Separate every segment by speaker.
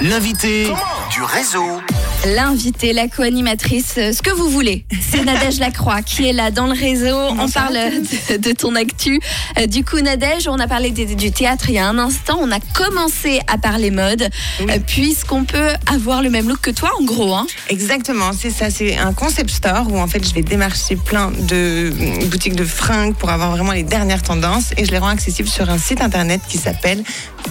Speaker 1: l'invité du réseau.
Speaker 2: L'invité, la co-animatrice, euh, ce que vous voulez. C'est Nadège Lacroix qui est là dans le réseau. on parle euh, de, de ton actu. Euh, Du coup, Nadège, on a parlé des- du théâtre il y a un instant. On a commencé à parler mode, euh, puisqu'on peut avoir le même look que toi, en gros. Hein.
Speaker 3: Exactement, c'est ça, c'est un concept store où en fait je vais démarcher plein de mm, boutiques de fringues pour avoir vraiment les dernières tendances et je les rends accessibles sur un site internet qui s'appelle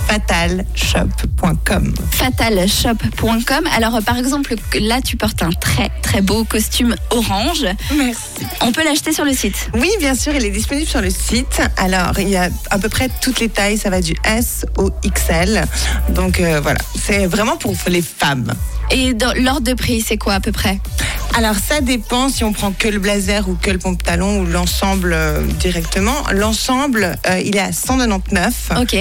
Speaker 3: fatalshop.com.
Speaker 2: Fatalshop.com. Alors, euh, par exemple, là, tu portes un très, très beau costume orange.
Speaker 3: Merci.
Speaker 2: On peut l'acheter sur le site.
Speaker 3: Oui, bien sûr, il est disponible sur le site. Alors, il y a à peu près toutes les tailles, ça va du S au XL. Donc euh, voilà, c'est vraiment pour les femmes.
Speaker 2: Et dans- l'ordre de prix, c'est quoi à peu près
Speaker 3: Alors ça dépend si on prend que le blazer ou que le pantalon ou l'ensemble euh, directement. L'ensemble, euh, il est à 199
Speaker 2: Ok.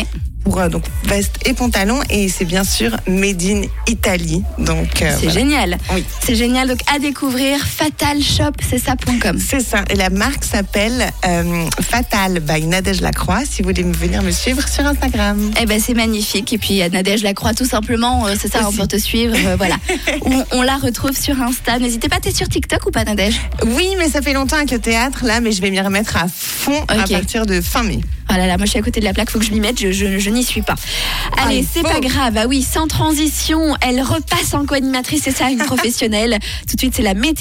Speaker 3: pour euh, donc veste et pantalon et c'est bien sûr made in Italie. Donc euh,
Speaker 2: C'est
Speaker 3: voilà.
Speaker 2: génial.
Speaker 3: Oui.
Speaker 2: C'est génial. Donc à découvrir fatalshop, c'est ça.com.
Speaker 3: C'est ça. Et la marque s'appelle euh, Fatal by Nadège Lacroix. Si vous voulez me- venir me suivre sur Instagram.
Speaker 2: Eh ben c'est magnifique. Et puis euh, Nadège la croix tout simplement, euh, c'est ça, on
Speaker 3: Aussi.
Speaker 2: peut te suivre. euh, voilà. on, on la retrouve sur Insta. N'hésitez pas, t'es sur TikTok ou pas Nadège
Speaker 3: Oui, mais ça fait longtemps avec le théâtre là, mais je vais m'y remettre à fond à
Speaker 2: Ok.
Speaker 3: partir de fin mai.
Speaker 2: Ah là là, moi je suis à côté de la plaque, faut que je m'y mette, je, je- je n'y suis pas. Allez,
Speaker 3: il
Speaker 2: c'est
Speaker 3: faut.
Speaker 2: pas grave. Ah oui, sans transition, elle repasse en co-animatrice, c'est ça, une professionnelle. Tout de suite, c'est la météo.